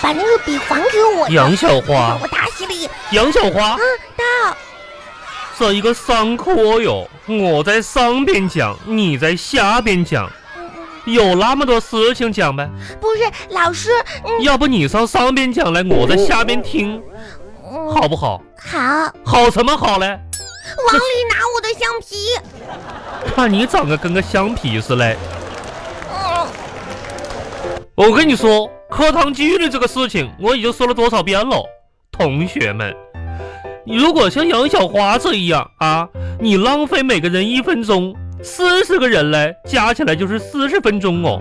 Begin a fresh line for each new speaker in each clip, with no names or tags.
把那个笔还给我，
杨小花，
哎我打死你！
杨小花
啊，，到
这一个伤口哟，我在上边讲，你在下边讲，有那么多事情讲呗？
不是老师，嗯
要不你上上边讲来，我在下边听，
嗯，
好不好？
好，
好什么好嘞？
往里拿我的橡皮。
看你长得跟个橡皮似的。
嗯，
我跟你说，课堂纪律这个事情，我已经说了多少遍了，同学们，如果像杨小花这一样啊，你浪费每个人一分钟，四十个人嘞，加起来就是四十分钟哦，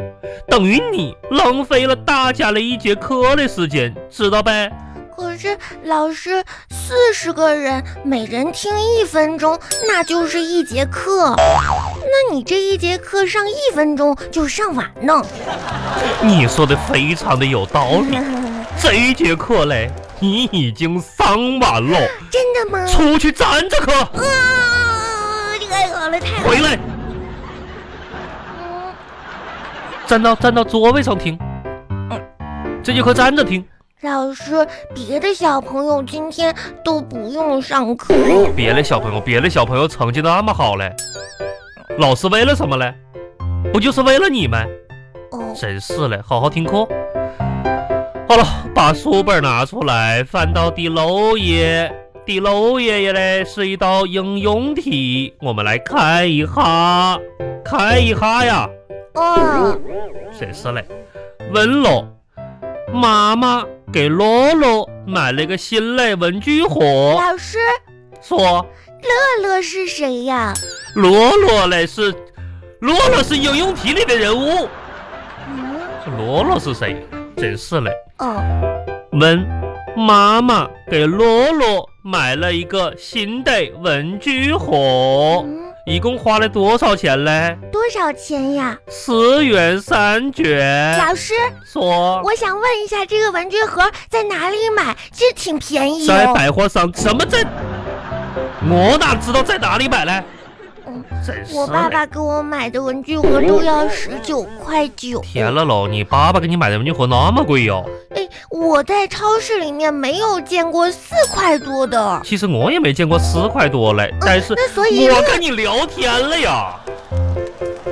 等于你浪费了大家的一节课的时间，知道呗？
可是老师，四十个人每人听一分钟，那就是一节课。那你这一节课上一分钟就上完呢。
你说的非常的有道理，这一节课嘞，你已经上完了，
真的吗？
出去站着课，
啊，太好了，太好了。
回来
嗯
站到站到座位上听，这节课站着听。
老师，别的小朋友今天都不用上课。
别的小朋友，别的小朋友成绩那么好嘞，老师为了什么嘞？不就是为了你们？
哦，
真是嘞，好好听课。好了，把书本拿出来，翻到第六页。第六页页嘞是一道应用题，我们来看一下，看一下呀。
哦，
真是嘞，文乐，妈妈给乐乐买了个新类文具盒，
老师，
说。
乐乐是谁呀？
罗罗嘞是，罗罗是应用题里的人物。
嗯，
罗罗是谁？真是嘞。
哦，
问妈妈给罗罗买了一个新的文具盒，
嗯，
一共花了多少钱嘞？
多少钱呀？
十元三角。
老师，
说
我想问一下，这个文具盒在哪里买？这挺便宜
在
哦。
哎百货商什么在？我哪知道在哪里买嘞？
嗯
真是
我爸
嘞。
爸给我买的文具盒都要十九块九。
天了喽！你爸爸给你买的文具盒那么贵哟、
哎，我在超市里面没有见过四块多的。
其实我也没见过四块多嘞，但是
嗯那所以
我跟你聊天了呀，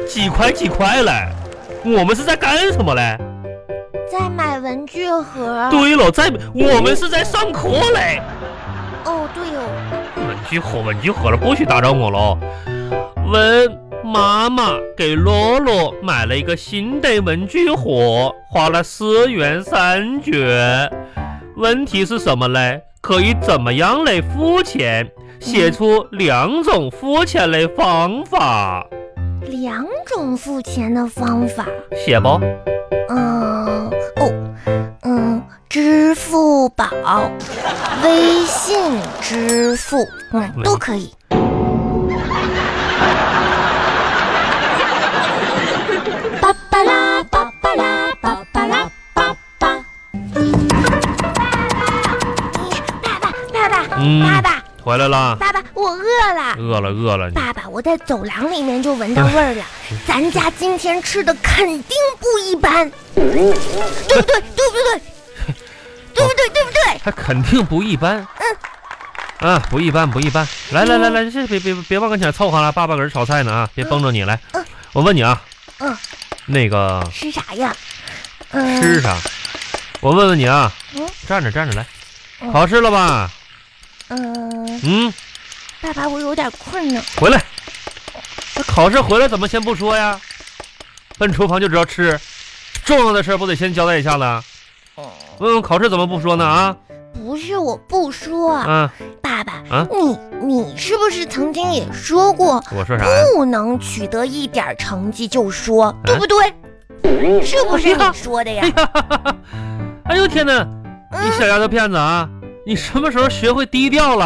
几块几块嘞，我们是在干什么嘞？
在买文具盒。
对了，在我们是在上课嘞。
哦，对哦，
文具盒，文具盒了，不许打扰我了。文妈妈给洛洛买了一个新的文具盒，花了四元三角。问题是什么嘞？可以怎么样来付钱？写出两种付钱的方法，
两种付钱的方法。
写吧。
嗯，哦，嗯，支付宝、微信支付，嗯，都可以。巴巴拉巴巴拉巴巴拉巴巴。爸爸，爸爸，
嗯
爸爸，
回来啦，
爸爸，我饿了。
饿了饿了，
爸爸，我在走廊里面就闻到味儿了，
嗯
咱家今天吃的肯定不一般，
嗯
对不对？对不 对？对不对？对不对？
他肯定不一般。
嗯
啊，不一般不一般。来来来来，这别别别往跟前凑合了，爸爸搁这炒菜呢啊，别绷着你来
嗯。
我问你啊，
嗯，
那个
吃啥呀？嗯，
吃啥？我问问你啊
嗯，
站着站着来，
嗯
好吃了吧？
嗯，
嗯，
爸爸，我有点困呢。
回来。那考试回来怎么先不说呀？奔厨房就知道吃，重要的事儿不得先交代一下了。问问考试怎么不说呢？啊，
不是我不说，
嗯，
爸爸
啊，
你你是不是曾经也说过，
我说啥呀？
不能取得一点儿成绩就说，对不对？是不是你说的呀
啊哎？呀，哎呦天哪！你
嗯
小丫头片子啊，你什么时候学会低调了？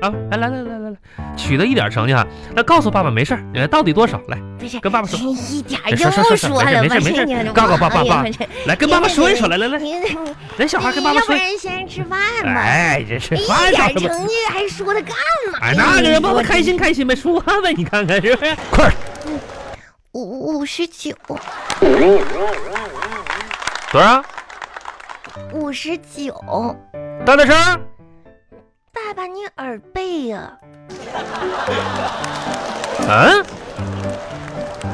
啊，来来来来来来，取得一点成绩哈，来告诉爸爸没事儿，呃到底多少？来
不是，
跟爸爸说
一点儿
哎
就
说说
不
说说
说
没事
了
没
吧，
事没事
这你
告告爸爸爸
哎呀这
来跟
别
爸爸
别
说一
别
说，来来来，
你你你
来小孩跟爸爸
要不
说一。
然先吃饭吧。
哎，这是
一
玩
点
什么？
成绩还说的干嘛呀？
哎，那个人爸爸
我
开。心开心呗，说呗，你看看是不是？快点
五五十九，
多少？
五十九。
大点声！
爸爸，你耳背呀、
嗯，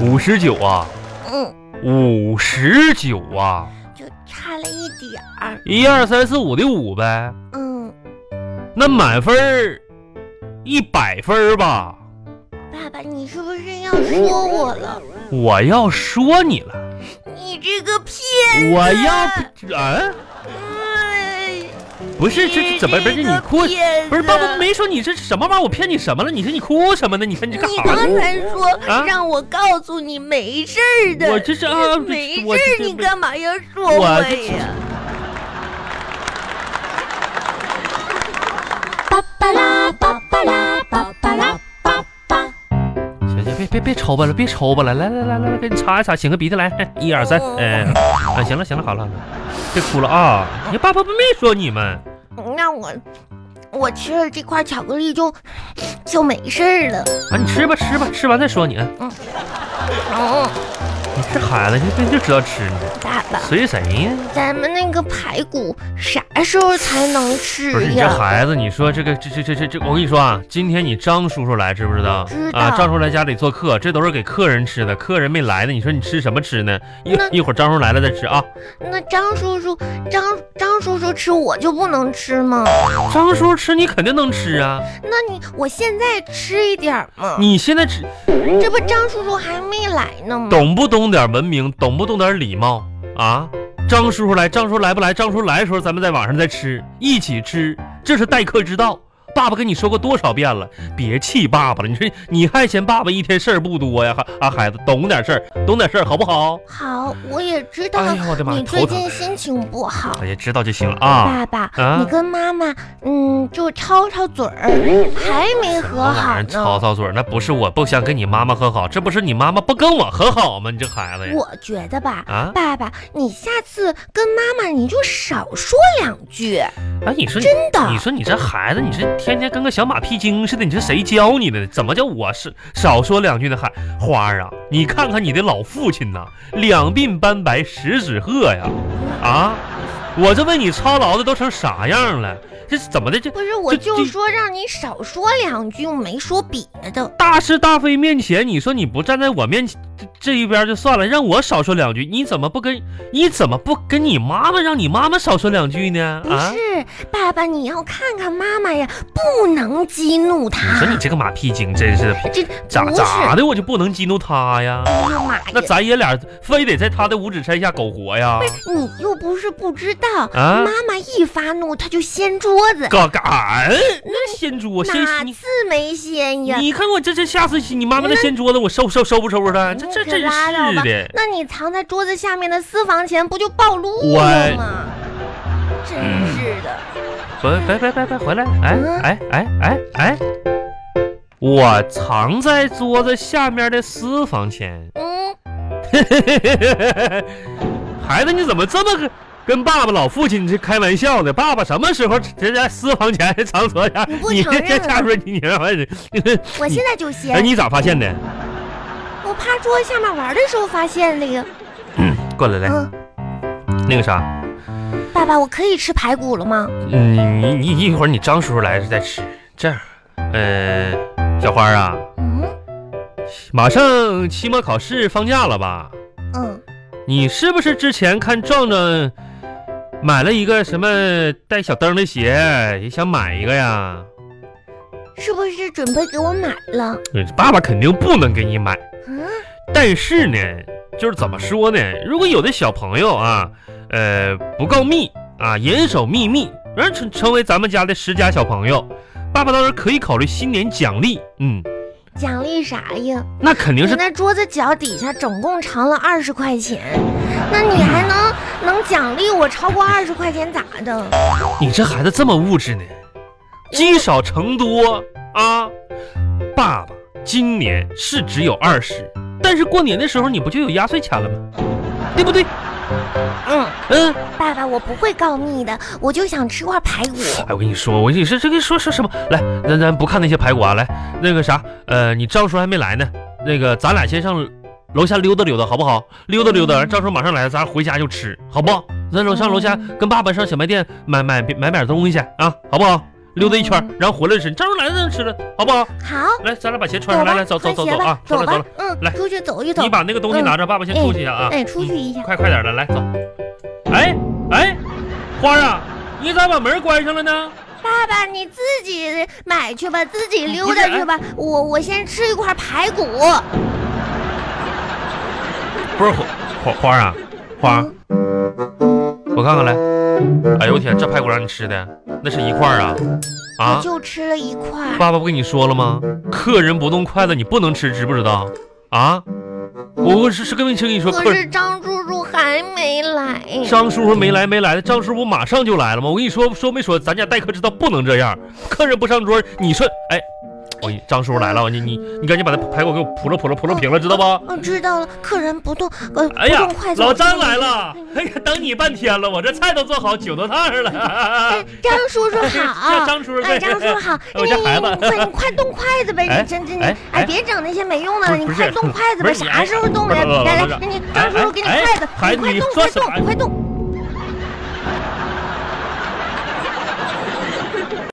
五十九啊，
嗯，
五十九啊，
就差了一点儿。
一二三四五的五呗。
嗯，
那满分儿一百分儿吧。
爸爸，你是不是要说我了？
我要说你了，
你这个骗！
我要啊，
哎
不是这这怎么不是
这
你
个
哭？
骗
不是爸爸
子
没说你这什么玩意儿？我骗你什么了？你说你哭什么呢？你说你
你
这干
刚
啥呢？
才说、
啊
让我告诉你没事儿的，
我这是啊，
没事
我这
儿，
这
你
不
干嘛要说
我这
呀？巴巴拉巴巴拉巴巴拉巴巴，
行行，别别别抽吧了，别抽吧了，来来来来来，给你擦一擦，擤个鼻涕来，嘿一二三，嗯，啊，行了行了，好了，好了别哭了啊！你爸爸不没说你们，
嗯那我我吃了这块巧克力就就没事儿了。
啊，你吃吧吃吧，吃完再说你。嗯
嗯，
你这孩子，这就知道吃呢，
爸爸，
随谁呀？
咱们那个排骨啥时候才能
不是
吃
你这
呀？
孩子，你说这个这这这这这，我跟你说啊，今天你张叔叔来知不知道？
知道
啊，张叔叔来家里做客，这都是给客人吃的，客人没来呢，你说你吃什么吃呢？
那
一一会儿张叔叔来了再吃啊。
那张叔叔，张张叔叔吃我就不能吃吗？
张叔叔吃你肯定能吃啊，
那你我现在吃一点儿嘛，
你现在吃
这不张叔叔还没来呢吗？
懂不懂点文明，懂不懂点礼貌啊？张叔叔来，张叔叔来不来？张叔叔来的时候，咱们在晚上再吃，一起吃，这是待客之道。爸爸跟你说过多少遍了，别气爸爸了。你说你还嫌爸爸一天事儿不多呀？还啊，孩子，懂点事儿，懂点事儿好不好？
好，我也知道
嗯哎呀，我的妈，
你
头
最
疼。
近心情不好
哎。呀，知道就行了
爸
啊。
爸，
啊
你跟妈妈，嗯，就吵吵嘴儿，还
哎
没和
晚
好
上吵
呢。
吵嘴儿，那不是我不想跟你妈妈和好，这不是你妈妈不跟我和好吗？你这孩子呀，
我觉得吧，
啊
爸爸，你下次跟妈妈你就少说两句，
哎，你说你
真的。
你说你这孩子，你这天天跟个小马屁精似的，你这谁教你的？怎么叫我是少说两句呢？还花儿啊，你看看你的老父亲呐、两鬓斑白，十指鹤呀！啊，我这为你操劳的都成啥样了？这是怎么的？这
不是，我
这
就
这
说让你少说两句，没说别的。
大是大非面前，你说你不站在我面前这这一边就算了，让我少说两句，你怎么不跟你怎么不跟你妈妈让你妈妈少说两句呢？
不
啊？
是，爸爸，你要看看妈妈呀，不能激怒
你说你
她。
这个马屁精真是的，
这
咋
不是
咋的我就不能激怒他呀？
哎呀妈
那
呀！
咱爷俩非得在他的五指山下苟活呀？
你又不是不知道，
啊
妈妈一发怒，她就掀桌子，
嘎嘎！那掀桌掀
哪
你，
次没掀呀？
你看我这这下次你妈妈那掀桌子，我收收收不收拾她？这
哎你
这
可
真
拉倒
是
吧
的。
那你藏在桌子下面的私房钱不就暴露
我
了吗？真是的，
不，别别别别回来！哎
嗯
哎哎哎哎！我藏在桌子下面的私房钱。
嗯，
孩子，你怎么这么个跟爸爸老父亲这开玩笑呢？爸爸什么时候这这私房钱藏桌下
你？不
你
承
这
认啊
下
了
边你你让人，
我
你
现在就
哎，
掀，
你咋发现的？
我趴桌子下面玩的时候发现的呀。
过来来，
嗯，
那个啥，
爸爸，我可以吃排骨了吗？
嗯，你你一会儿你张叔叔来再吃。这样，呃，小花啊，
嗯
马上期末考试放假了吧？
嗯，
你是不是之前看壮壮买了一个什么带小灯的鞋，也想买一个呀？
是不是准备给我买了？
呃爸爸肯定不能给你买。
嗯
但是呢，就是怎么说呢？如果有的小朋友啊，呃，不告密啊，严守秘密，然后成成为咱们家的十佳小朋友，爸爸到时候可以考虑新年奖励。嗯，
奖励啥呀？
那肯定
你
是
那桌子脚底下总共藏了二十块钱，那你还能能奖励我超过二十块钱咋的？
你这孩子这么物质呢，积少成多啊。爸爸今年是只有二十，但是过年的时候你不就有压岁钱了吗？对不对？
嗯，
嗯。
爸爸，我不会告密的，我就想吃块排骨。
哎，我跟你说，我跟你说，这个说说什么？来，咱咱不看那些排骨啊，来那个啥，呃，你张叔还没来呢，那个咱俩先上楼下溜达溜达，好不好？溜达溜达，
嗯
张叔马上来了，咱俩回家就吃，好不？咱楼上楼下
嗯
跟爸爸上小卖店买买买点东西去啊，好不好？溜达一圈儿
嗯，
然后回来吃，正好来这吃了，好不好？
好，
来，咱俩把鞋穿
走
上，来
吧，
来，走走
穿
走
鞋
走
吧
啊，走
走
了
吧
走了，，
嗯，
来
出去走一走
你，把那个东西
嗯
拿着，爸爸先出去一下啊，
哎，出去一下，
快快点的，来走。哎哎，花儿啊，你咋把门关上了呢？
爸爸你自己买去吧，自己溜达去吧，我我先吃一块排骨，
啊不是花花花儿啊，花儿，
嗯
我看看来。哎呦我天，这排骨让你吃的，那是一块儿啊
我
啊！
就吃了一块儿，
爸爸不跟你说了吗？客人不动筷子，你不能吃，知不知道啊？我是是跟没跟你说，客
可
人
是张叔叔还没来，
张叔叔没来没来的，张叔叔不马上就来了吗？我跟你说说没说，咱家待客之道不能这样，客人不上桌，你说哎，我跟你张叔叔来了，你你你赶紧把他排骨给我扑了扑了扑了平了，知道吧？
嗯，知道了，客人不动，呃，
哎
不
呀
动筷，子
老
我吃
张
不
来
动
了，哎呀， 等你半天了，我这菜都做好，酒都烫上了。
哎张叔叔 好，
这张叔叔
哎，
对
张叔叔好，
我
你
家孩子
你快你快动筷子呗，
哎
你真真你
哎
哎
哎
别整那些没用的
不
了，
是
你
不是
快动筷子
不
呗，
是你
啥
哎
时候动
不
呀？
是不是
来
不
来
是，
你
哎
张叔叔给你
哎
筷子，
孩
你
子
快
你
动
做
快
什么
动快动，